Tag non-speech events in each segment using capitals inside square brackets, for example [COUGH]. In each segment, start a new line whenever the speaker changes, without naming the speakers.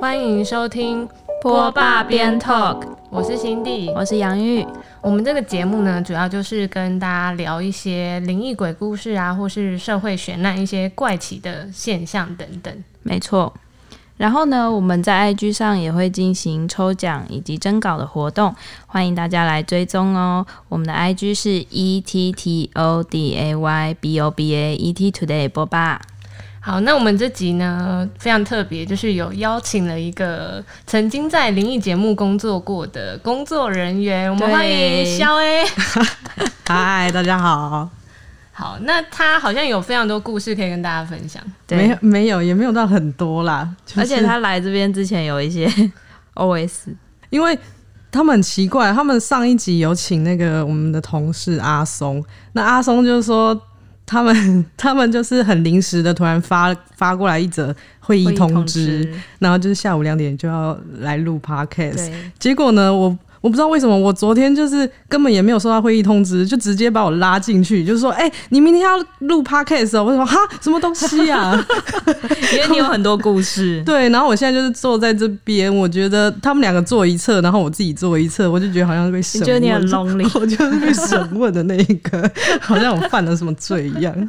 欢迎收听《
波霸边 Talk
我是辛蒂。
我是杨玉，
我们这个节目呢，主要就是跟大家聊一些灵异鬼故事啊，或是社会悬案、一些怪奇的现象等等。
没错。然后呢，我们在 IG 上也会进行抽奖以及征稿的活动，欢迎大家来追踪哦。我们的 IG 是 E T T O D A Y B O B A E T Today 波霸，
好，那我们这集呢非常特别，就是有邀请了一个曾经在灵异节目工作过的工作人员，我们
对
欢迎肖 A。
嗨，大家好。
好，那他好像有非常多故事可以跟大家分享。
对
没有，没有，也没有到很多啦，就是
而且他来这边之前有一
[LAUGHS]
些 OS，
因为他们很奇怪，他们上一集有请那个我们的同事阿松，那阿松就说他们 [LAUGHS] 他们就是很临时的，突然发发过来一则会议通知，，然后就是下午两点就要来录 podcast，
对，
结果呢，我。我不知道为什么，我昨天就是根本也没有收到会议通知，就直接把我拉进去，就说：“哎、你明天要录 podcast 哦。”我说：“哈，什么东西呀、啊？”
因为你有很多故事，
[LAUGHS] 对，然后我现在就是坐在这边，我觉得他们两个坐一侧，然后我自己坐一侧，我就觉得好像被审
你
问，
觉得你很 lonely，
我就是被审问的那一个， [LAUGHS] 好像我犯了什么罪一样。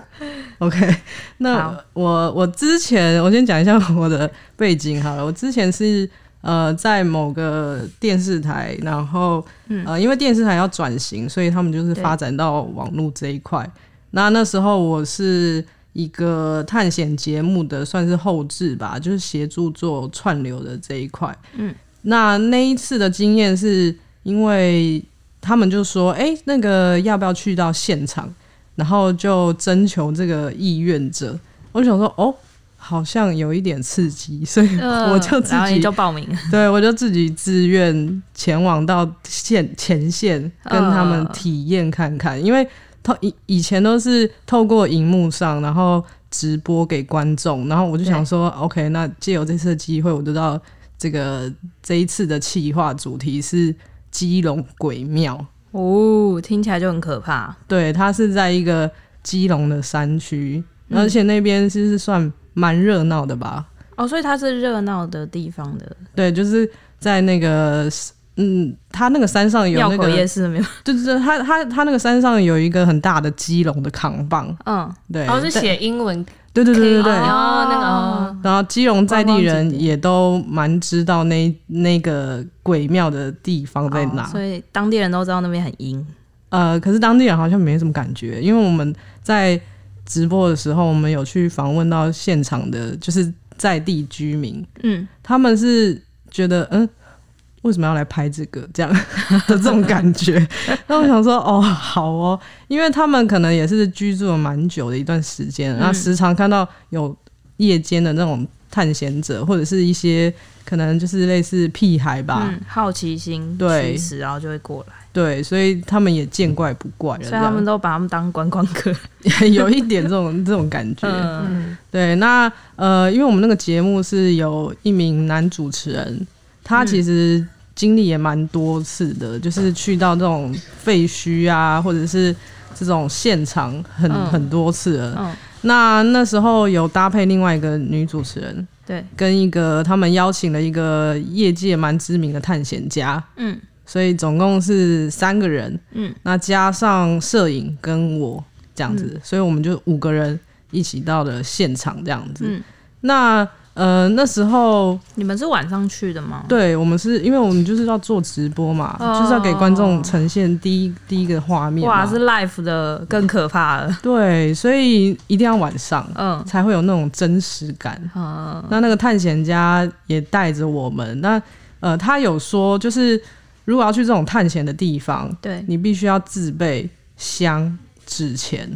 OK，那
好
我我之前我先讲一下我的背景好了，我之前是。呃，在某个电视台，然后、呃，因为电视台要转型，所以他们就是
嗯对
发展到网络这一块。那那时候我是一个探险节目的算是后置吧，就是协助做串流的这一块。
嗯，
那那一次的经验是因为他们就说，哎、那个要不要去到现场，然后就征求这个意愿者。我就想说，哦，好像有一点刺激，所以
呃
[LAUGHS] 我就自
然后
己
你就报
[LAUGHS]
名 [LAUGHS] 了，
对，我就自己自愿前往到线前线跟他们
嗯
体验看看，因为透以以前都是透过荧幕上，然后直播给观众，然后我就想说，OK，那借由这次的机会，我就到这个这一次的企划主题是基隆鬼庙，
哦，听起来就很可怕，
对，它是在一个基隆的山区，
嗯
而且那边其实算蛮热闹的吧，
哦，所以它是热闹的地方的
对，就是在那个。嗯，它那个山上有
庙
那
口
个
夜市没有？ [LAUGHS]
就是他他他那个山上有一个很大的基隆的扛棒，
嗯，
对，
然后哦是
但
写英文，
对对哎对对对。
然后那个哦
然后基隆在地
观光景
人
点
也都蛮知道那那个鬼庙的地方在哪
哦，所以当地人都知道那边很阴。
呃，可是当地人好像没什么感觉，因为我们在直播的时候，我们有去访问到现场的，就是在地居民，
嗯，
他们是觉得嗯，为什么要来拍这个这样 [LAUGHS] 的这种感觉？
[LAUGHS]
那我想说哦，好哦，因为他们可能也是居住了蛮久的一段时间，
嗯
那、时常看到有夜间的那种探险者，或者是一些可能就是类似屁孩吧，
嗯，好奇心
对
驱使，然后就会过来，
对，所以他们也见怪不怪了这
所以他
样，
们都把他们当观光客。
[LAUGHS] 有一点这种这种感觉。
嗯，
嗯，
对，那呃，因为我们那个节目是有一名男主持人，他
嗯
其实经历也蛮多次的，就是去到这种废墟啊，或者是这种现场很、
嗯
很多次了。
嗯
那那时候有搭配另外一个女主持人，
对，
跟一个他们邀请了一个业界蛮知名的探险家，
嗯
所以总共是三个人，
嗯，
那加上摄影跟我这样
嗯
子，所以我们就五个人一起到了现场这样子。
嗯，
那呃那时候，
你们是晚上去的吗？，
对我们是因为我们就是要做直播嘛，
哦
就是要给观众呈现第一第一个画面嘛。
哇，是 live 的更可怕
[LAUGHS]
了。
对，所以一定要晚上、
嗯
才会有那种真实感。
嗯
那那个探险家也带着我们，那呃他有说，就是如果要去这种探险的地方，
对，
你必须要自备香纸钱，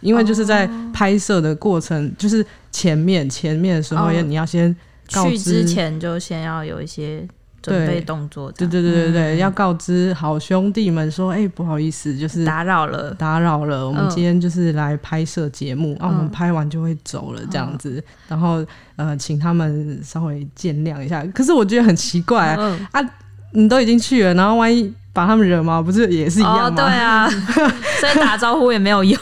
因为就是在拍摄的过程，就是前面前面的时候，
哦
你要先告
去之
知
前啊就先要有一些准
对
备动作这
对
样，
对对对
嗯
对，要告知好兄弟们说，哎、不好意思，就是
打扰了。
打扰了，我们
嗯
今天就是来拍摄节目，啊，
嗯
我们拍完就会走了这样子，然后呃，请他们稍微见谅一下。可是我觉得很奇怪啊，
嗯，
你都已经去了，然后万一把他们惹毛，不是也是一
哦，
样
对
吗？
啊， [LAUGHS] 所以打招呼也没有
[LAUGHS]
用。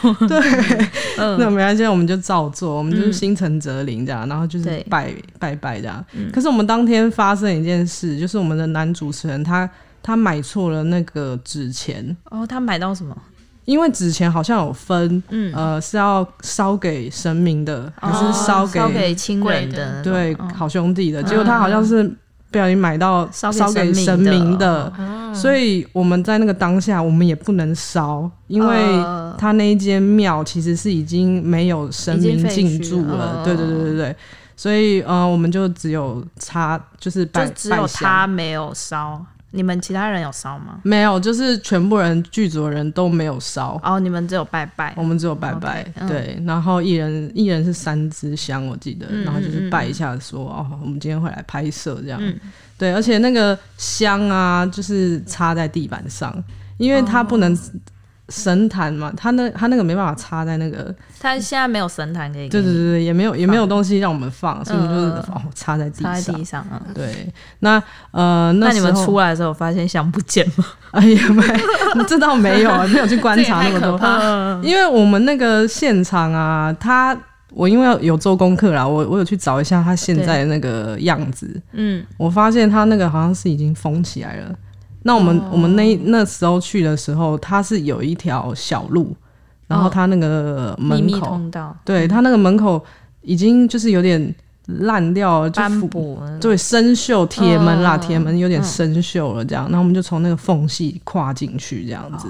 嗯
那没关系，我们就照做，我们就是心诚则灵这样，然后就是
对嗯
拜拜拜这样。可是我们当天发生一件事，就是我们的男主持人他他买错了那个纸钱，
哦，他买到什么？
因为纸钱好像有分，
嗯
呃，是要烧给神明的，还
哦
是烧
烧给亲
贵
人
的
的那种？
对
哦
好兄弟的？结果他好像是不小心买到
嗯烧给
烧给
神
神
明的哦
明的，所以我们在那个当下，我们也不能烧，因为
呃
他那一间庙其实是已经没有神明进驻
已经废墟了哦
了，对对对对对，所以呃，我们就只有插，就是拜
就只有
拜
他
香，
没有烧，你们其他人有烧吗？
没有，就是全部人剧组的人都没有烧。
哦，你们只有拜拜
我。们只有拜拜
OK，嗯
对，然后一人一人是三支香，我记得，
嗯
然后就
嗯
是
嗯
拜一下说，哦，我们今天会来拍摄这样，
嗯
对，而且那个香啊，就是插在地板上，因为它不能
哦
神坛嘛，它那它那个没办法插在那个
他现在没有神坛可以给
对
你
对对对，也没有也没有东西让我们放，所以我们就是、
嗯嗯嗯
哦插在地
插在
上
地。上啊。
对，那呃，
那
那
你们
时候
出来的时候，发现香不见
[LAUGHS]
吗？
哎呀没， [LAUGHS] 这倒没有，没有去观察那么
这也太可
多
怕，
嗯因为我们那个现场啊，他我因为有做功课啦，我我有去找一下他现在的那个样子，
嗯，
我发现他那个好像是已经封起来了。那我们、
哦
我们那那时候去的时候，它是有一条小路，然后
哦
它那个
秘
门
密
口，
通道
对他那个门口已经就是有点烂掉了，就
斑
腐
驳那种，
对生锈铁门啦，
嗯
铁、门有点生锈了，这样，然后我们就从那个缝隙跨进去这样子，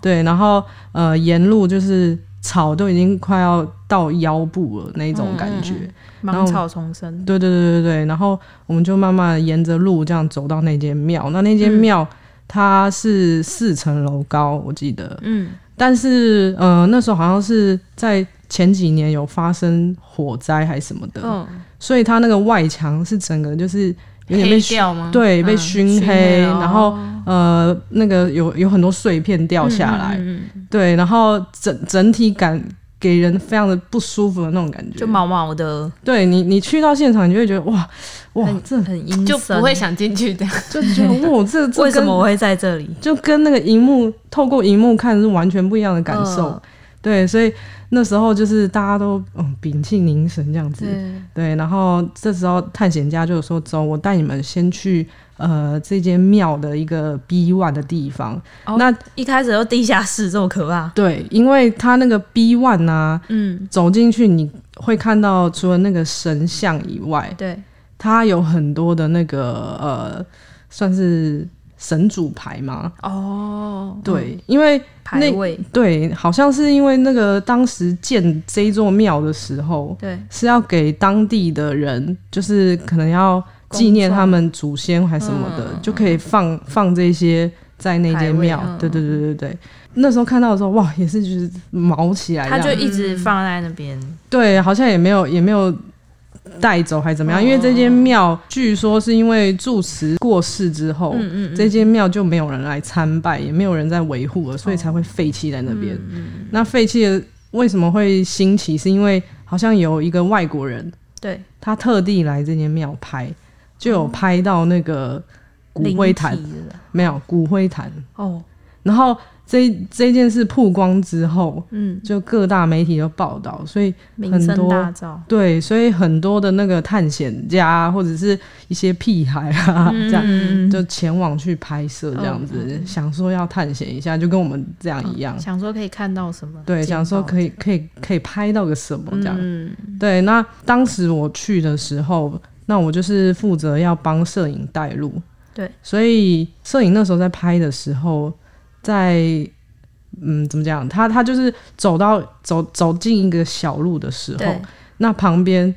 对，然后呃沿路就是草都已经快要到腰部了那种感觉，
芒草丛生。
对对对对对，然后我们就慢慢地沿着路这样走到那间庙，那那间庙。它是四层楼高，我记得，
嗯，
但是呃，那时候好像是在前几年有发生火灾还是什么的，
嗯，
所以它那个外墙是整个就是有点被
黑
熏，
掉吗？
对，被
嗯
熏
啊熏
黑，
黑哦
然后呃，那个有有很多碎片掉下来，
嗯嗯嗯
对，然后整整体感给人非常的不舒服的那种感觉，
就毛毛的，
对你你去到现场，你就会觉得哇哇，
很
这
很阴森，
嗯就不会想进去的。
就觉得
[LAUGHS]
哇，这这
为什
跟
么我会在这里？
就跟那个荧幕透过荧幕看是完全不一样的感受，
嗯
对，所以那时候就是大家都嗯屏气凝神这样子，
对，
对，然后这时候探险家就说：“走，我带你们先去呃这间庙的一个 B one 的地方。
哦
那
一开始就地下室这么可怕。
对，因为他那个 B one 啊，
嗯，
走进去你会看到，除了那个神像以外，
对，
它有很多的那个呃，算是神主牌嘛。
哦，
对，因为
排位，
对，好像是因为那个当时建这座庙的时候，
对，
是要给当地的人，就是可能要纪念他们祖先还什么
嗯
的，就可以放放这些在那间庙
牌位嗯。
对对对对对，那时候看到的时候，哇，也是就是毛起来
他
这
就
样，
一
嗯
直放在那边。
对，好像也没有也没有。带走还怎么样？
哦
因为这间庙据说是因为住持过世之后，
嗯嗯
这间庙就没有人来参拜，也没有人在维护了，所以才会废弃在那边。
嗯，
那废弃的为什么会兴起？是因为好像有一个外国人，
对，
他特地来这间庙拍，就有拍到那个骨灰坛，
灵体的
没有骨灰坛。
哦，
然后这这件事曝光之后，
嗯，
就各大媒体都报道，所以
名声大噪，
对，所以很多的那个探险家或者是一些屁孩啊，
嗯
这样
嗯嗯哦嗯
就前往去拍摄，这样子、想说要探险一下，就跟我们这样一样。
想说可以看到什么，
对，想说可
以
以可以可以拍到个什么这样，
嗯，
对，那当时我去的时候，那我就是负责要帮摄影带路。
对，
所以摄影那时候在拍的时候，在嗯怎么讲？他他就是走到走走进一个小路的时候
对，，
那旁边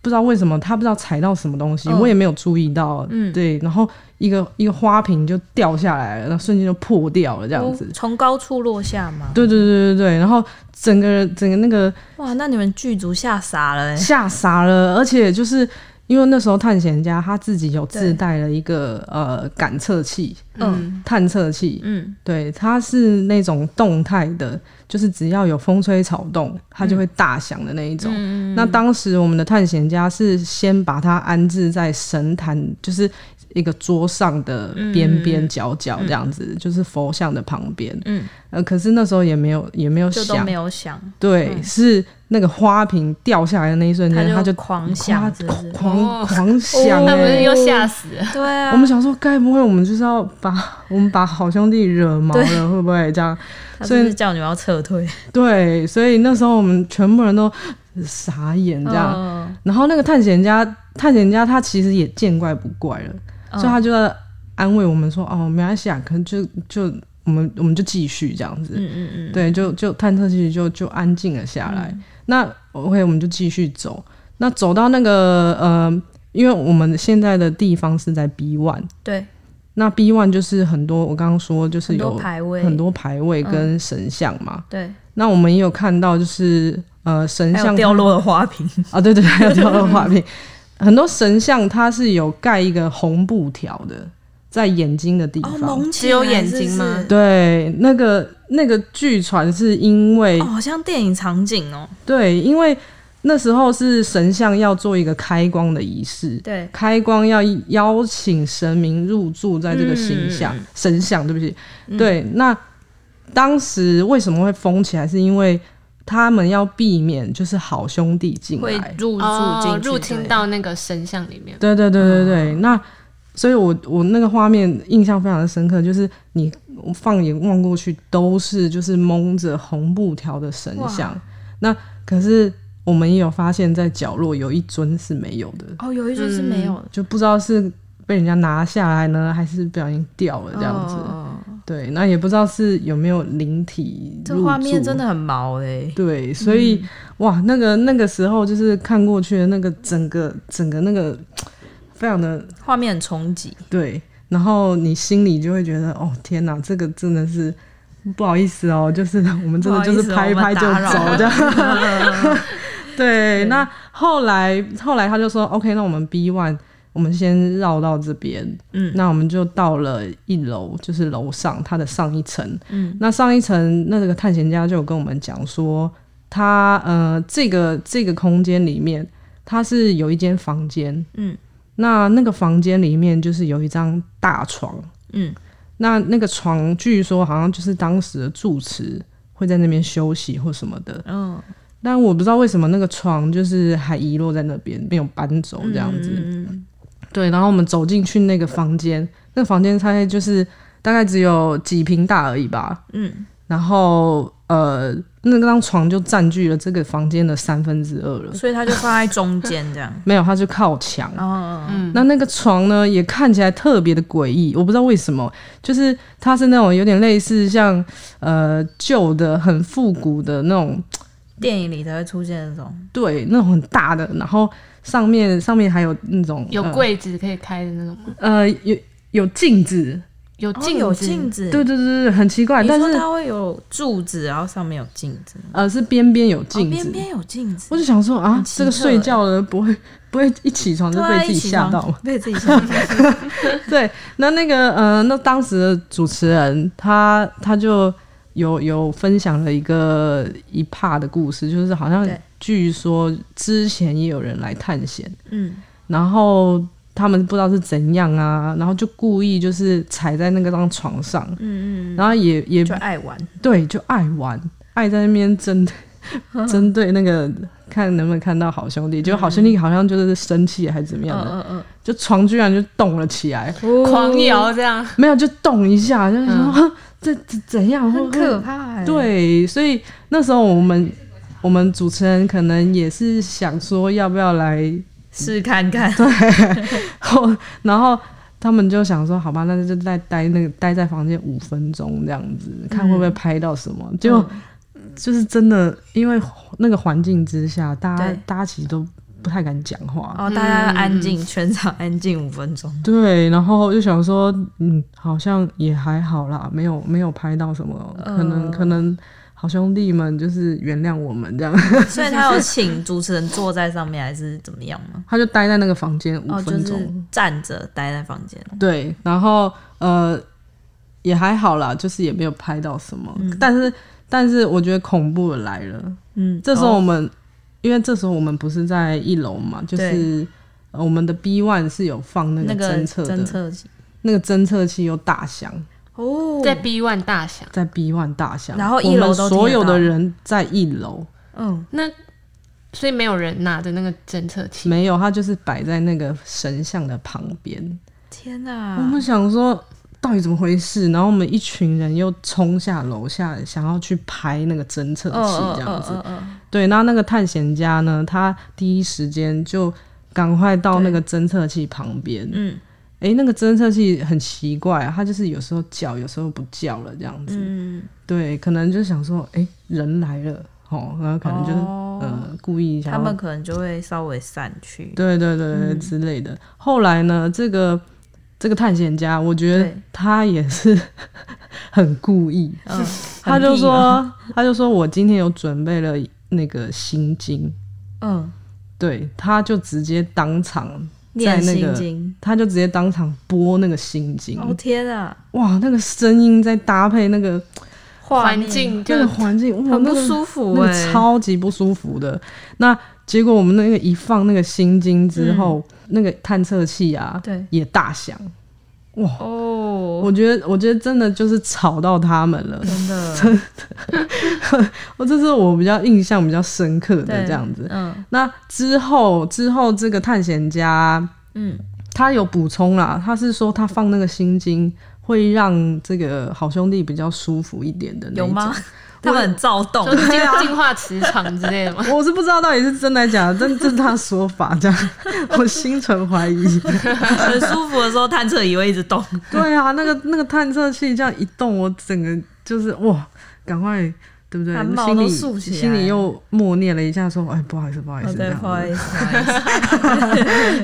不知道为什么他不知道踩到什么东西，
嗯
我也没有注意到。
嗯
对，然后一个一个花瓶就掉下来了，那瞬间就破掉了，这样子。
哦从高处落下嘛。
对对对对对，然后整个整个那个
哇，那你们剧组吓傻了欸，
吓傻了，而且就是因为那时候探险家他自己有自带了一个呃感测器、
嗯，
探测器，
嗯，
对，它是那种动态的，就是只要有风吹草动，它就会
嗯
大响的那一种。那当时我们的探险家是先把它安置在神坛，就是一个桌上的
嗯
边边角角这样子，就是佛像的旁边。
嗯，
呃，可是那时候也没有也没有
就都
想
没，有嗯想，
对，是那个花瓶掉下来的那一瞬间，
他
他就
狂想，是不
狂
是？
[LAUGHS]
哦
[LAUGHS]
狂狂想、
那不
欸
是又吓死了？
对啊，
我们想说，该不会我们就是要把我们把好兄弟惹毛
对
了，会不会这样？
他
所以
是不是叫你们要撤退？
对，所以那时候我们全部人都傻眼 [LAUGHS] 这样。
嗯，
然后那个探险家，探险家他其实也见怪不怪了，
嗯
所以他就在安慰我们说：“哦，没关系啊，可能就就我们我们就继续这样子。
嗯嗯嗯，
对，就就探测器就就安静了下来。那 OK，我们就继续走。那走到那个呃，因为我们现在的地方是在 B one，
对，
那 B one 就是很多我刚刚说就是
很多
有
排位，嗯
很多牌位跟神像嘛。
对，
那我们也有看到就是呃神
还有
像
掉落的花瓶，
啊，对对，还有掉落画面。 [LAUGHS] 很多神像它是有盖一个红布条的，在眼睛的
哦
地方。
只有眼睛吗
是不是
对，那个那个据传是因为、
哦，好像电影场景哦，
对，因为那时候是神像要做一个开光的仪式，
对，
开光要邀请神明入住在这个形象、
嗯
神像，对不起，对。那当时为什么会封起来？是因为他们要避免就是好兄弟进
会
来，
入住进
哦，
去
入侵到那个神像里面。
对对对对
啊
对。那所以我，我那个画面印象非常的深刻，就是你放眼望过去都是就是蒙着红布条的神像，那可是我们也有发现，在角落有一尊是没有的，
哦，有一尊是没有的，
就不知道是被人家拿下来呢，还是不小心掉了这样子。
哦
对，那也不知道是有没有灵体
这
入
画面
住
真的很毛哎，
对，所以、哇，那个那个时候就是看过去的那个整个整个那个非常的
画面很冲 [LAUGHS] 击，
对，然后你心里就会觉得，哦天哪，这个真的是不好意思哦，就是我们真的就是
不好
拍
意
一
思
拍就
我们打扰
走
了
这样。对，那后来后来他就说，OK，那我们 B one 我们先绕到这边，
嗯
那我们就到了一楼，就是楼上它的上一层，
嗯，
那上一层那个探险家就有跟我们讲说，他呃这个这个空间里面，它是有一间房间，
嗯，
那那个房间里面就是有一张大床，
嗯，
那那个床据说好像就是当时的住持会在那边休息或什么的，
嗯，
但我不知道为什么那个床就是还遗落在那边没有搬走这样子，
嗯
对，然后我们走进去那个房间，那个房间大概就是大概只有几平大而已吧。
嗯，
然后呃，那张床就占据了这个房间的三分之二了
嗯，所以他就放在中间这样，
没有，它就靠墙。啊
哦，
嗯，
那那个床呢，也看起来特别的诡异，我不知道为什么，就是它是那种有点类似像呃旧的、很复古的那种，
电影里才会出现那种，
对，那种很大的，然后上面上面还有那种
有
嗯
呃
柜子可以开的那种吗？
呃有有镜子，
有
哦
镜子，
有镜子，
对对对对，对很奇怪，
你
但
说
是
它会有柱子，然后上面有镜子，
呃，是边边有镜
哦
子。
边边有镜子
我，就想说啊
很，奇
这个
特
睡
欸
觉的人不会不会一起床就
对啊
被自己吓到吗？，
一起床被自己吓 [LAUGHS] 到，
[LAUGHS] 对，那那个呃，那当时的主持人他他就有有分享了一个一帕的故事，就是好像
对
据说之前也有人来探险，
嗯，
然后他们不知道是怎样啊，然后就故意就是踩在那个张床上，
嗯嗯
然后也也
嗯，就爱玩，
对，就爱玩，爱在那边针
[LAUGHS]
对针对那个看能不能看到好兄弟，就好兄弟好像就是生气还是怎么
嗯
样的，
嗯
就床居然就动了起来，
嗯，
狂摇这
哦
样，
没有就动一下，就是说、啊这这怎样，会
很
不会
可怕欸，
对，所以那时候我们我们主持人可能也是想说要不要来 [LAUGHS]
试看看，
后，然后他们就想说，好吧，那就再待那个待在房间五分钟这样子，
嗯
看会不会拍到什么。结果、就是真的，因为那个环境之下，大家
对
大家其实都不太敢讲话。
哦，大家安静，全场安静五分钟，
对，然后就想说，嗯，好像也还好啦，没有没有拍到什么，可
嗯
能、可能好兄弟们就是原谅我们这样， [LAUGHS]
[LAUGHS] 所以他有请主持人坐在上面还是怎么样吗？
他就待在那个房间五
哦，就
嗯分钟，
是站着待在房间，
对，然后呃也还好啦，就是也没有拍到什么，但是但是我觉得恐怖的来了。
嗯，
这时候我
哦
们、因为这时候我们不是在一楼嘛，就
对
是呃我们的 B one 是有放那
哦那
个
个
侦测的，
侦测器
那个侦测器有大响，
哦
在 B one 大响。
在 B one 大响，
然后一
我们
楼都听得
所有
到
的人在一楼，
嗯，
那所以没有人拿着那个侦测器，
没有，它就是摆在那个神像的旁边。
天
我
哪
们，想说到底怎么回事，然后我们一群人又冲下楼下，想要去拍那个侦测器这样子。
嗯嗯嗯嗯
对，那那个探险家呢，他第一时间就赶快到那个侦测器旁边。
嗯
诶，那个侦测器很奇怪、啊，它就是有时候叫，有时候不叫了这样子。
嗯，
对，可能就想说，诶，人来了，哦，然后可能就是、
哦
呃故意想
他
要
们嗯可能就会稍微散去，
对对对对、之类的。后来呢，这个这个探险家，我觉得
对
他也是 [LAUGHS] 很故意，
[LAUGHS] 嗯，
他就
很屁嘛，
说他就说我今天有准备了那个心经，
嗯，
对，他就直接当场。在
念
那
心
个
经，
他就直接当场播那个心经，
哦天
嗯
啊，
哇，那个声音再搭配那个
画
环
面嗯
境就 [LAUGHS]
那个环境，哇，
很
那
不
个
舒服
那
哎、
个超级不舒服的。那结果我们那个一放那个心经之后，
嗯
那个探测器啊，
对
也大响。哇，
哦，
我觉得，我觉得真的就是吵到他们了。
真的，
我这是我比较印象比较深刻的
对
这样子。
嗯
那之后之后，这个探险家
嗯，
他有补充啦，他是说他放那个心经会让这个好兄弟比较舒服一点的那一
有
种。
吗？他们很躁动
说，进进化磁场之类
[LAUGHS]
的吗？
我是不知道到底是真的还是假的，但这是他说法，
[LAUGHS]
这样我心存怀疑。
很舒服的时候，探测仪会一直动。
对啊，那个那个探测器这样一动，我整个就是哇，赶快对不对
汗？毛
心
都
里
竖起来
心里又默念了一下，说：“哎，不好意思，不好意
哦
思，这
对，
样
不好 [LAUGHS]
子。
意思，不好意思。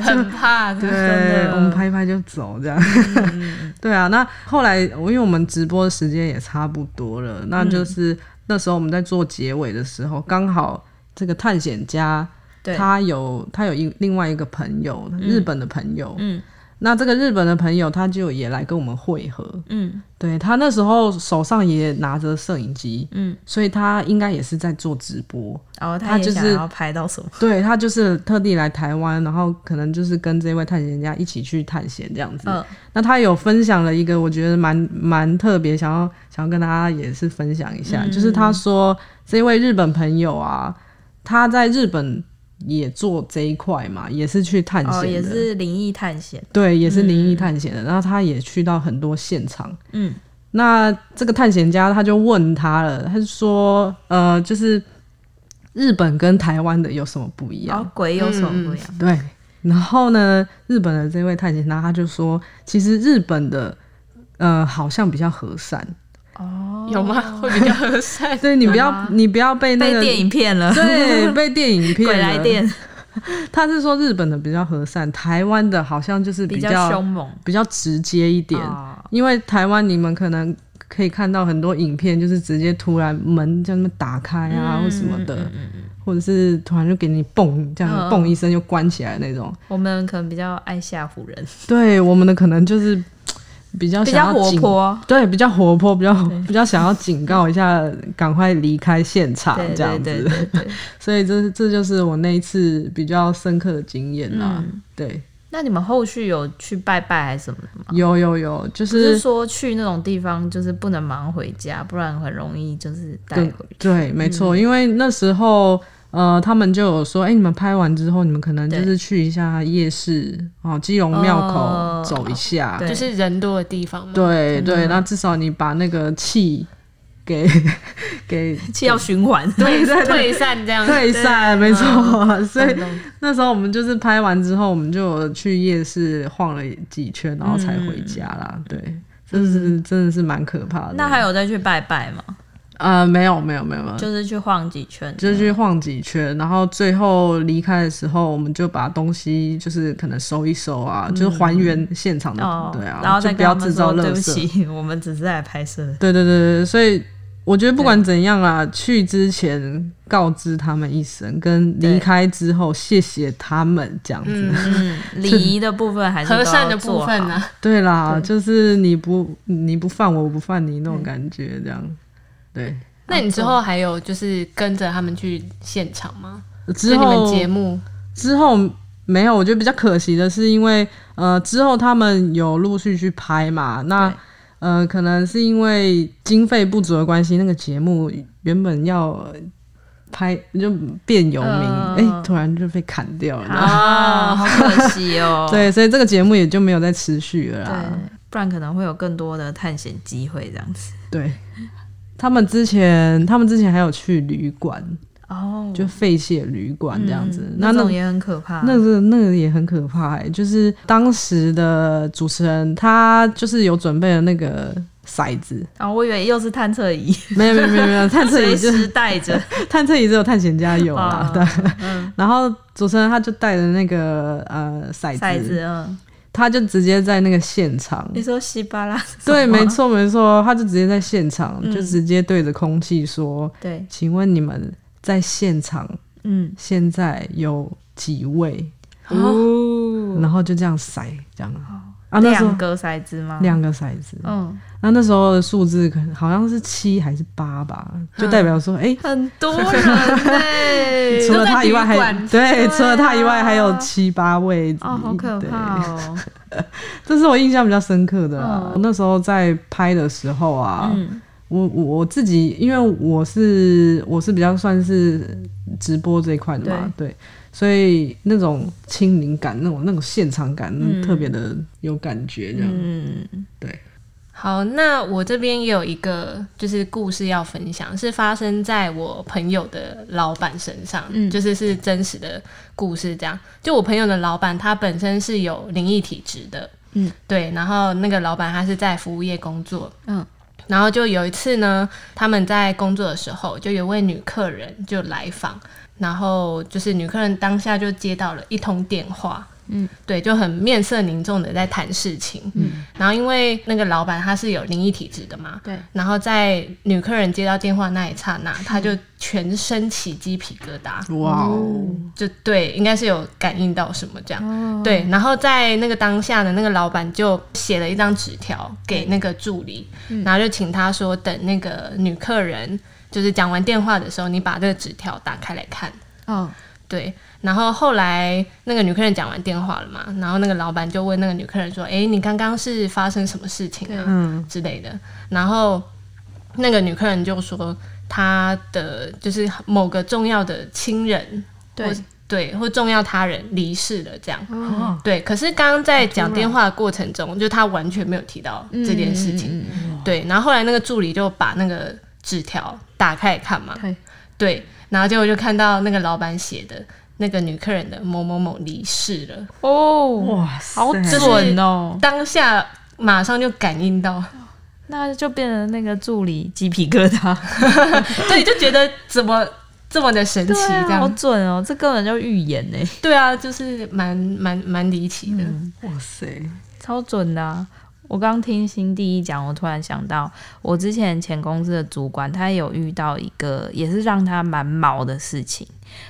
很怕的。
[LAUGHS]
对
真，的嗯
我们拍一拍就走，这样。 [LAUGHS] 对啊，那后来因为我们直播时间也差不多了，那
嗯
就是那时候我们在做结尾的时候，刚好这个探险家
对，
他有他有一另外一个朋友，日本的朋友，
嗯
那这个日本的朋友他就也来跟我们会合，
嗯
对他那时候手上也拿着摄影机，
嗯，
所以他应该也是在做直播，
然后他
他
也
就是
想要拍到什么？
对他就是特地来台湾，然后可能就是跟这位探险家一起去探险这样子。
嗯
那他有分享了一个我觉得蛮蛮特别，想要想要跟大家也是分享一下，
嗯
就是他说这位日本朋友啊，他在日本也做这一块嘛，也是去探险的，
哦，也是灵异探险。
对，也是灵异探险的。然后他也去到很多现场。
嗯，
那这个探险家他就问他了，他就说，呃，就是日本跟台湾的有什么不一
然
样？
后哦鬼啊有什嗯么不一样？
对。然后呢，日本的这位探险家他就说，其实日本的。呃，好像比较和善，。
哦，
有吗？会比较和善
对你不要、
有吗
你不要被那
啊被
个
电影骗了，[LAUGHS]
[LAUGHS] 对被电影骗
鬼来
了。
电
他是说日本的比较和善，台湾的好像就是
比
比较
较凶猛
比较直接一点。
哦
因为台湾你们可能可以看到很多影片，就是直接突然门叫他们打开
嗯
啊，或什么的，或者是突然就给你蹦这
嗯嗯
样蹦一声就关起来那种。
我们可能比较爱吓唬人，
对我们的可能就是比较
比较
想要
活
警，
泼。
对，比较活泼，比较比较想要警告一下，赶快离开现场
对
这样
对
子。
对对对。
所以这这就是我那一次比较深刻的经验啦。
嗯
对，
[LAUGHS] 那你们后续有去拜拜还是什么的吗？
有有有，就
不是
是
说去那种地方就是不能忙回家，不然很容易就是带
对
回去。
对，没
嗯
错，因为那时候呃，他们就有说，哎、你们拍完之后，你们可能就
对
是去一下夜市哦，基隆庙口、
哦
走一下，
[LAUGHS] 对
就是人多的地方嘛，
对对，那至少你把那个气给 [LAUGHS] 给
[LAUGHS] 气要循环。
退退散这样。
退散，没错。所以
懂懂
那时候我们就是拍完之后，我们就有去夜市晃了几圈，然后才回家啦。对，真的是真的是蛮可怕的。
嗯那还有再去拜拜吗？
呃，没有没有没有没有，
就是去晃几圈，
就是去晃几
嗯
圈，然后最后离开的时候，我们就把东西就是可能收一收啊，就是还原现场的，
嗯哦，
对啊，
然后
就
再
不
跟他
要
们
制造
说
垃
对不
圾。
起，我们只是来拍摄。
[LAUGHS] 对对对对，所以我觉得不管怎样啊，去之前告知他们一声，跟
对
离开之后谢谢他们这样子。
嗯，礼仪的部分还是都
和
要
善的部分啊
做好
呢、
[LAUGHS] 对啦，就是你不你不犯我，我不犯你那种感觉，这样。对，
那你之后还有就是跟着他们去现场吗？
之
就你
后
们节目
之后没有，我觉得比较可惜的是，因为呃之后他们有陆续去拍嘛，那
对
呃可能是因为经费不足的关系，那个节目原本要拍就变有名，
嗯
哎、突然就被砍掉了。。
啊，好可惜哦
[LAUGHS] 对，啊所以这个节目也就没有再持续了
对
啦。，
不然可能会有更多的探险机会这样子。
对，他们之前他们之前还有去旅馆，
哦
就废弃的旅馆这样子。
嗯那
那那
种也很可怕。
那个那个也很可怕、欸，就是当时的主持人他就是有准备了那个骰子，
啊，我以为又是探测
[LAUGHS]
仪，
没有没有没有没有，探测
随
仪就
时带着。
探测仪只有探险家 [LAUGHS] 有啦
哦。
对，然后主持人他就带着那个呃骰
骰子，嗯，
他就直接在那个现场。
你说稀巴拉是什么？
对，没错没错，他就直接在现场，
啊嗯
就直接对着空气说：“
对，
请问你们在现场
嗯，
现在有几位？”
哦，
然后就这样骰，这样啊，那时候
两个啊骰子吗？，
两个骰子，
嗯，
那那时候的数字可能好像是七还是八吧，
嗯
就代表说，哎、
很多人呢 [LAUGHS]
除了他以外还
都在旅馆
对，
啊
除了他以外还有七八位
哦，好可怕
对
哦。
这是我印象比较深刻的啦。
嗯
那时候在拍的时候啊，
嗯，
我我我自己，因为我是我是比较算是直播这一块的嘛，对。所以那种亲临感，那种那种现场感，
嗯
特别的有感觉，这样、
嗯，
好，那我这边也有一个就是故事要分享，是发生在我朋友的老板身上，
嗯
就是是真实的故事。这样，就我朋友的老板，他本身是有灵异体质的，
嗯，
对。然后那个老板他是在服务业工作，
嗯。
然后就有一次呢，他们在工作的时候，就有位女客人就来访，然后就是女客人当下就接到了一通电话，
嗯，
对，就很面色凝重的在谈事情，嗯，然后因为那个老板他是有灵异体质的嘛，
对，
然后在女客人接到电话那一刹那，他就全身起鸡皮疙瘩，
嗯
哇哦！
就对，应该是有感应到什么这样。
哦
对，然后在那个当下呢，那个老板就写了一张纸条给那个助理，然后就请他说，等那个女客人就是讲完电话的时候，你把这个纸条打开来看。
哦，
对，然后后来那个女客人讲完电话了嘛，然后那个老板就问那个女客人说：“诶，你刚刚是发生什么事情
对
啊？”
嗯，
之类的。然后那个女客人就说，她的就是某个重要的亲人，
对
或，对，或重要他人离世了这样。
哦，
对，可是刚刚在讲电话的过程中，就她完全没有提到这件事情。
嗯，嗯嗯
对，然后后来那个助理就把那个纸条打开来看嘛
嗯，对，
对，然后结果就看到那个老板写的。那个女客人的某某某离世了，
哦，
哇塞，
好准哦，
当下马上就感应到， [LAUGHS]
那就变成那个助理鸡皮疙瘩，
对，就觉得怎么这么的
[LAUGHS]
神奇，这
啊，
样
好准哦，这根本就预言欸呢，
对啊，就是蛮蛮蛮离奇的。
嗯
哇塞，
超准的啊、我刚听新第一讲，我突然想到，我之前前公司的主管，他有遇到一个也是让他蛮毛的事情。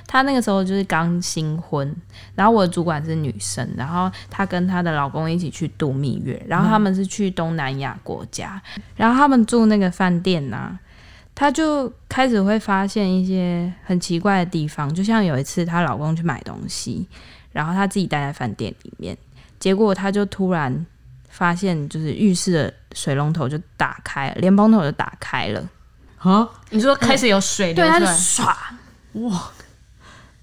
他那个时候就是刚新婚，然后我的主管是女生，然后她跟她的老公一起去度蜜月，然后他们是去东南亚国家，然后他们住那个饭店呐、啊，她就开始会发现一些很奇怪的地方，就像有一次她老公去买东西，然后她自己待在饭店里面，结果她就突然发现就是浴室的水龙头就打开了，连蓬头就打开了，
啊，
你说开始有水流
对，她
出
就
来，
唰，
哇！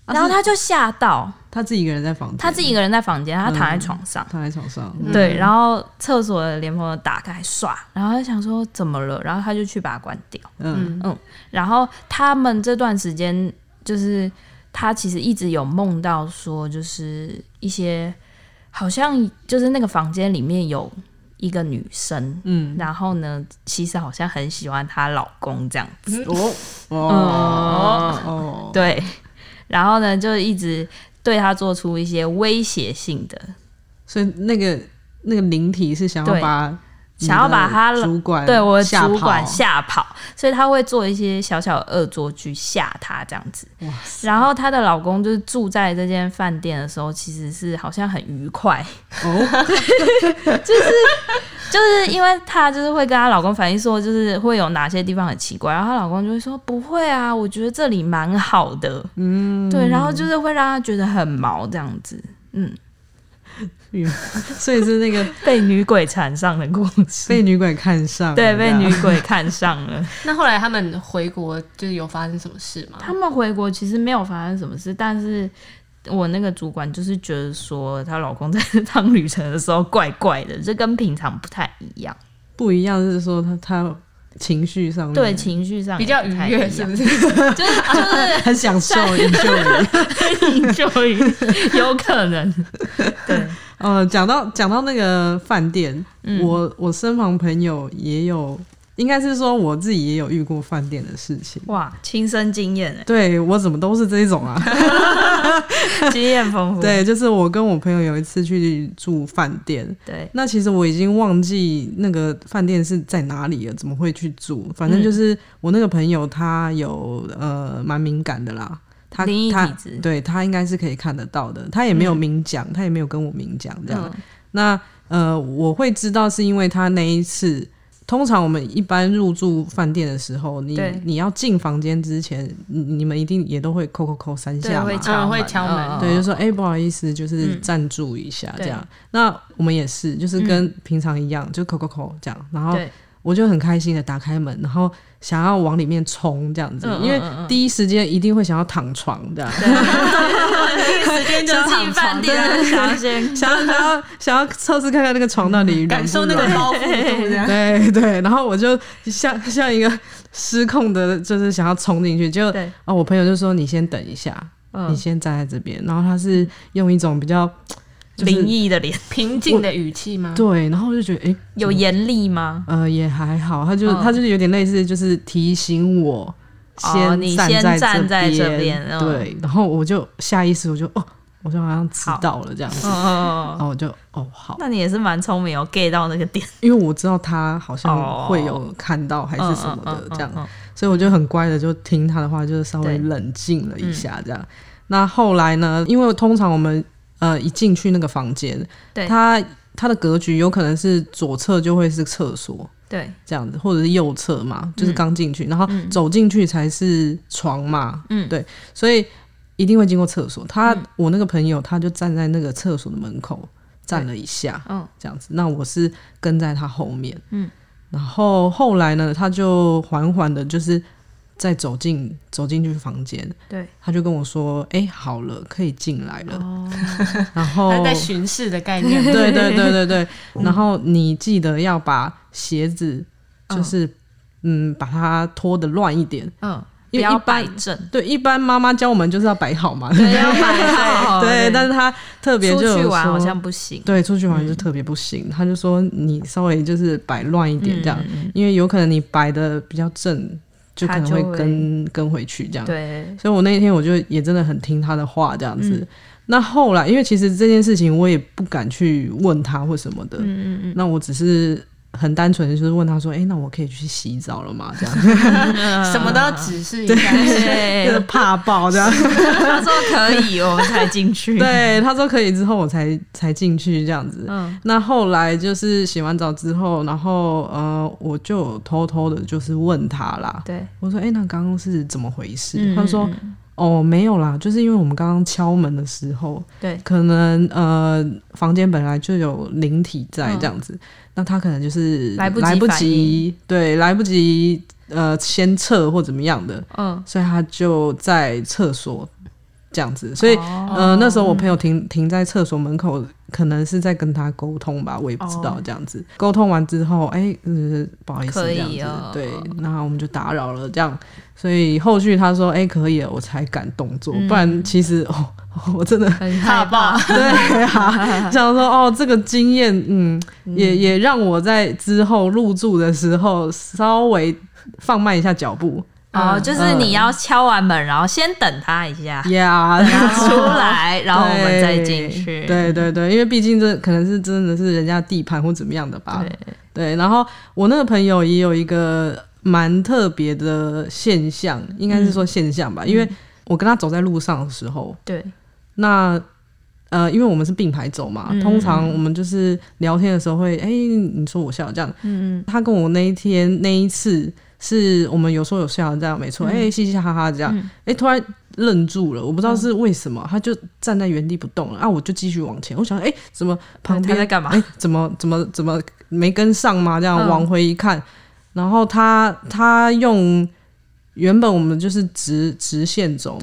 然后她就吓到，
他自己一个人在房间，
她自己嗯一个人在房间，她躺在床上。
躺在床上，
对，然后厕所的连蓬头打开唰，然后他想说怎么了，然后他就去把它关掉。
嗯，
然后他们这段时间就是他其实一直有梦到说，就是一些好像就是那个房间里面有一个女生，
嗯，
然后呢，其实好像很喜欢她老公这样子。
哦哦
嗯
哦，
对，然后呢就一直对他做出一些威胁性的，
所以那个那个灵体是想要
对
把你的
想要把他
主管
对我的
吓
主管
跑
吓跑，所以他会做一些小小的恶作剧吓她这样子。
哇塞
然后她的老公就是住在这间饭店的时候，其实是好像很愉快， [LAUGHS]
哦，
就是因为她就是会跟她老公反映说，就是会有哪些地方很奇怪，然后她老公就会说不会啊，我觉得这里蛮好的，嗯，对，然后就是会让她觉得很毛这样子，嗯，
所以是
[LAUGHS]
那个
被女鬼缠上的故事，
被女鬼看上，
[LAUGHS] 对，啊被女鬼看上了。
那后来他们回国就是有发生什么事吗？
他们回国其实没有发生什么事，但是我那个主管就是觉得说，她老公在趟旅程的时候怪怪的， [LAUGHS] 这跟平常不太一样，
不一样，是说他他情绪上面
对情绪上
比较愉悦是不是？
是？ [LAUGHS] 就是就是
很享受研究
[LAUGHS]
而已。
就有可能，对，
呃，讲到讲到那个饭店，
嗯
我我身旁朋友也有，应该是说我自己也有遇过饭店的事情。
[LAUGHS] 哇，亲身经验哎
对我怎么都是这种啊？，
欸经验丰富，
对，就是我跟我朋友有一次去住饭店，
对，
那其实我已经忘记那个饭店是在哪里了，怎么会去住？反
嗯
正就是我那个朋友他有呃蛮敏感的啦，他
灵异
他
体质嗯
对他应该是可以看得到的，他也没有明讲，他也没有跟我明讲这样。那呃，我会知道是因为他那一次。通常我们一般入住饭店的时候，你
对
你要进房间之前，你你们一定也都会扣扣扣三
对
下嘛，
会敲门，
嗯会敲门
嗯
对，就说哎、不好意思，就是
嗯
暂住一下这
对嗯
样。那我们也是，就是跟平常一样，就扣扣扣这样。然后
对
我就很开心的打开门，然后想要往里面冲这样
嗯
子，哦因为第一时间一定会想要躺床
[LAUGHS]
的，啊
时间
就
进饭店，想要先
想要想要想要测试看看那个床到
嗯
底软
[LAUGHS]
不
感受那个
软
包覆度啊这样。
对对，然后我就像像一个失控的，就是想要冲进去，就
对
啊，我朋友就说你先等一下，你
嗯
先站在这边，然后他是用一种比较就是
灵异的脸，
[LAUGHS] 平静的语气吗？
对，然后我就觉得哎、诶
有严厉吗？
呃，也还好，他就、
嗯
他就是有点类似，就是提醒我
哦你
站
先
在
站在这
边，
边嗯
对，然后我就下意识我就哦，我就好像知道了这样子，
嗯嗯嗯，
然后我就哦好，
那你也是蛮聪明哦，get 到那个点
因为我知道他好像会有
哦
看到还是什么的这样，
嗯嗯嗯嗯
所以我就很乖的就听他的话，就是稍
对
微冷静了一下这
嗯
样。那后来呢，因为通常我们呃一进去那个房间，
对
它它的格局有可能是左侧就会是厕所，
对，
这样子，或者是右侧
嗯
嘛，就是刚进去，然后走进去才是床嘛，
嗯
对，所以一定会经过厕所。他、我那个朋友，他就站在那个厕所的门口站了一下，
嗯，
这样子。那我是跟在他后面，
嗯，
然后后来呢，他就缓缓的，就是再走进走进去房间，
对，
他就跟我说：“哎、好了，可以进来了。
哦，
[LAUGHS] 然后
他在巡视的概念吗，
对对对对对。
嗯
然后你记得要把鞋子，就是嗯把它脱的乱一点。
嗯，不
因为一
要
般
摆正，
对，一般妈妈教我们就是要摆好嘛。
对，要摆好，
[LAUGHS] 对，但是她特别
哦出
就有
去玩好
说
像嗯不行，
对出去玩就特别不行，她就说你稍微就是摆乱一点
嗯
这样，因为有可能你摆的比较正，就可
她
能
就
会
会
跟跟回去这样。 [LAUGHS]
对，
所以我那一天我就也真的很听他的话这样子。那后来，因为其实这件事情我也不敢去问他或什么的，嗯嗯嗯那我只是很单纯的就是问他说：“哎、那我可以去洗澡了吗？”这 [LAUGHS] 样，
[LAUGHS] 什么都要指示一下。
就是
嗯
[LAUGHS]
对，
怕爆这样。
他说可以，我们才进去，
对，他说可以之后我才才进去这样子。
嗯，
那后来就是洗完澡之后，然后呃，我就有偷偷的就是问他啦，
对，
我说：“哎、那刚刚是怎么回事？”
嗯
他说
嗯：“
哦，没有啦，就是因为我们刚刚敲门的时候，
对，
可能呃，房间本来就有灵体在这样子，那他可能就是
嗯来不及
来不
反
及，对，来不及呃先撤或怎么样的，
嗯，
所以他就在厕所这样子。所以、
哦
呃，那时候我朋友停停在厕所门口，可能是在跟他沟通吧，我也不知道
哦
这样子。沟、通完之后，哎、嗯不好意思，
可
这
以
样子，
哦
对，那我们就打扰了这样。所以后续他说，哎、可以了，我才敢动作，
嗯
不然其实哦， [LAUGHS] 我真的。
很
怕
害
爆
怕，
[LAUGHS] 对啊，想说哦，这个经验，嗯，也也让我在之后入住的时候稍微放慢一下脚步
哦，就是你要敲完门，然后先等他一
[LAUGHS]
下，
呀。
等他出来，啊然后我们再
对
进去，
对对对，因为毕竟这可能是真的是人家地盘或怎么样的吧。
对
对，然后我那个朋友也有一个蛮特别的现象，应该
嗯
是说现象吧，因为我跟他走在路上的时候，
对，
那呃，因为我们是并排走嘛，
嗯
通常我们就是聊天的时候会，哎、你说我笑这样。嗯，他跟我那一嗯天那一次是我们有说有笑这样，没错，哎、嘻嘻哈哈这样。哎、突然愣住了，我不知道是为什么，他就站在原地不动了啊！我就继续往前，我想，哎、怎么旁
他
边
在干嘛
哎、怎么怎么怎么没跟上吗？这样、
嗯
往回一看，然后他他用原本我们就是直直线走嘛，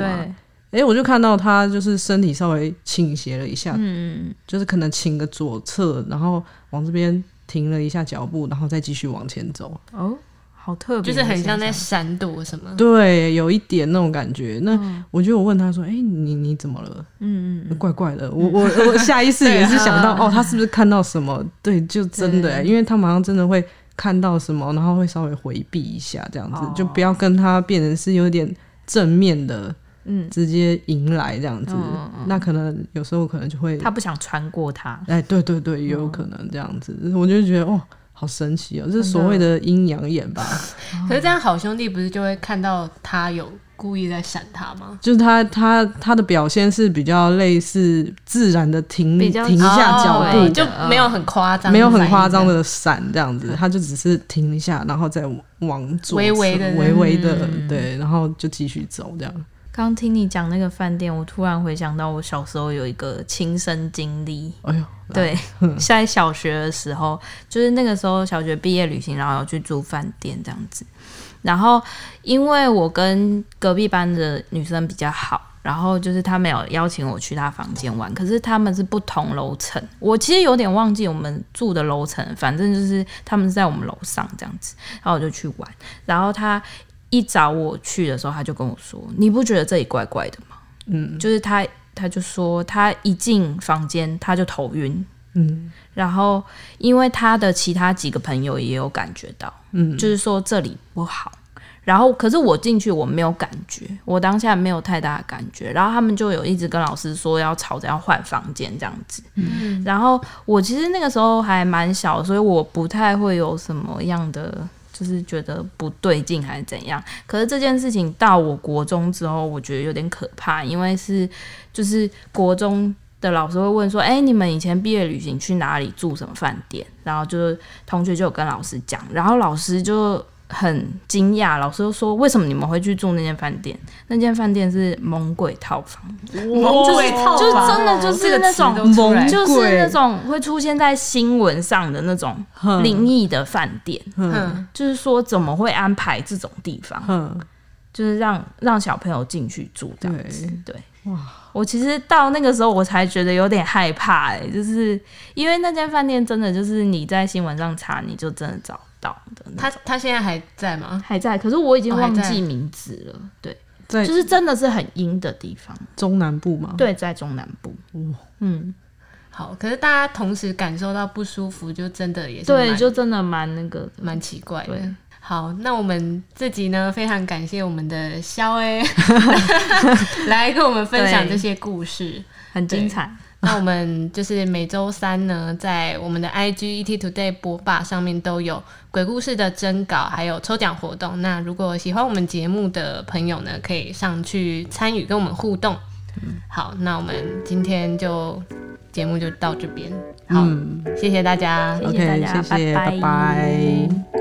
对，
哎、我就看到他就是身体稍微倾斜了一下，
嗯，
就是可能倾个左侧，然后往这边停了一下脚步，然后再继续往前走。
哦，好特别
就
的现
是
象，
很像在闪躲什
嗯
么。
对，有一点那种感觉。那、我觉得我问他说：“哎、你你怎么了？
嗯，嗯嗯，
怪怪
[LAUGHS]
的。我”我我下意识也是想到，
对啊
哦，他是不是看到什么？对，就真的、
对
因为他马上真的会看到什么，然后会稍微回避一下，这样子、
哦
就不要跟他变成是有点正面的，
嗯，
直接迎来这样子。
嗯嗯
那可能有时候可能就会，
他不嗯想穿过他，
哎，对对对，也有可能这样子。我就觉得哦，好神奇哦，这是所谓的阴阳眼吧？ [LAUGHS]
可是这样好兄弟不是就会看到他有故意在闪他吗？
就是他他他的表现是比较类似自然的停
比较
停下脚
哦
步
对，，就没有很夸张，
没有很夸张，的闪这样
嗯
子，他就只是停一下，然后再往左侧
微微地
微微的
嗯
对，然后就继续走这样。
刚听你讲那个饭店，我突然回想到我小时候有一个亲身经历。
哎呦，
对，在小学的时候，就是那个时候小学毕业旅行，然后有去住饭店这样子。然后因为我跟隔壁班的女生比较好，然后就是她没有邀请我去她房间玩，可是他们是不同楼层。我其实有点忘记我们住的楼层，反正就是他们是在我们楼上这样子。然后我就去玩，然后她一找我去的时候，她就跟我说：“你不觉得这里怪怪的吗？”
嗯
就是她，她就说她一进房间她就头晕，
嗯
然后，因为他的其他几个朋友也有感觉到，
嗯，
就是说这里不好。然后，可是我进去我没有感觉，我当下没有太大的感觉。然后他们就有一直跟老师说要吵着要换房间这样子。
嗯，
然后我其实那个时候还蛮小，所以我不太会有什么样的。就是觉得不对劲还是怎样，可是这件事情到我国中之后，我觉得有点可怕，因为是就是国中的老师会问说，哎、你们以前毕业旅行去哪里住什么饭店？然后就是同学就有跟老师讲，然后老师就很惊讶，老师就说，为什么你们会去住那间饭店？那间饭店是猛鬼套房，
就是
就是真的就是那种
出
哎
来
就是那种会出现在新闻上的那种
哼
灵异的饭店，
嗯，
就是说怎么会安排这种地方，
哼，
就是让让小朋友进去住这样子。对，
哇
我其实到那个时候我才觉得有点害怕、哎，就是因为那间饭店真的就是你在新闻上查你就真的找到的那
他他现在还在吗？
还在，可是我已经
哦还
忘
在
记名字了。对，哦
在
就是真的是很阴的地方。
中南部嘛，
对，在中南部。嗯，
好，可是大家同时感受到不舒服，就真的也是
对，
蛮
就真的蛮那个的。
蛮奇怪的
对。
好，那我们这集呢，非常感谢我们的肖 A 来跟我们分享
对
这些故事。
很精彩。
那我们就是每周三呢，在我们的 IG ET Today 播霸上面都有鬼故事的征稿，还有抽奖活动。那如果喜欢我们节目的朋友呢，可以上去参与跟我们互动。好，那我们今天就节目就到这边。好，
嗯
谢谢大家。
谢谢大
，OK，
家
谢谢，
拜拜
拜拜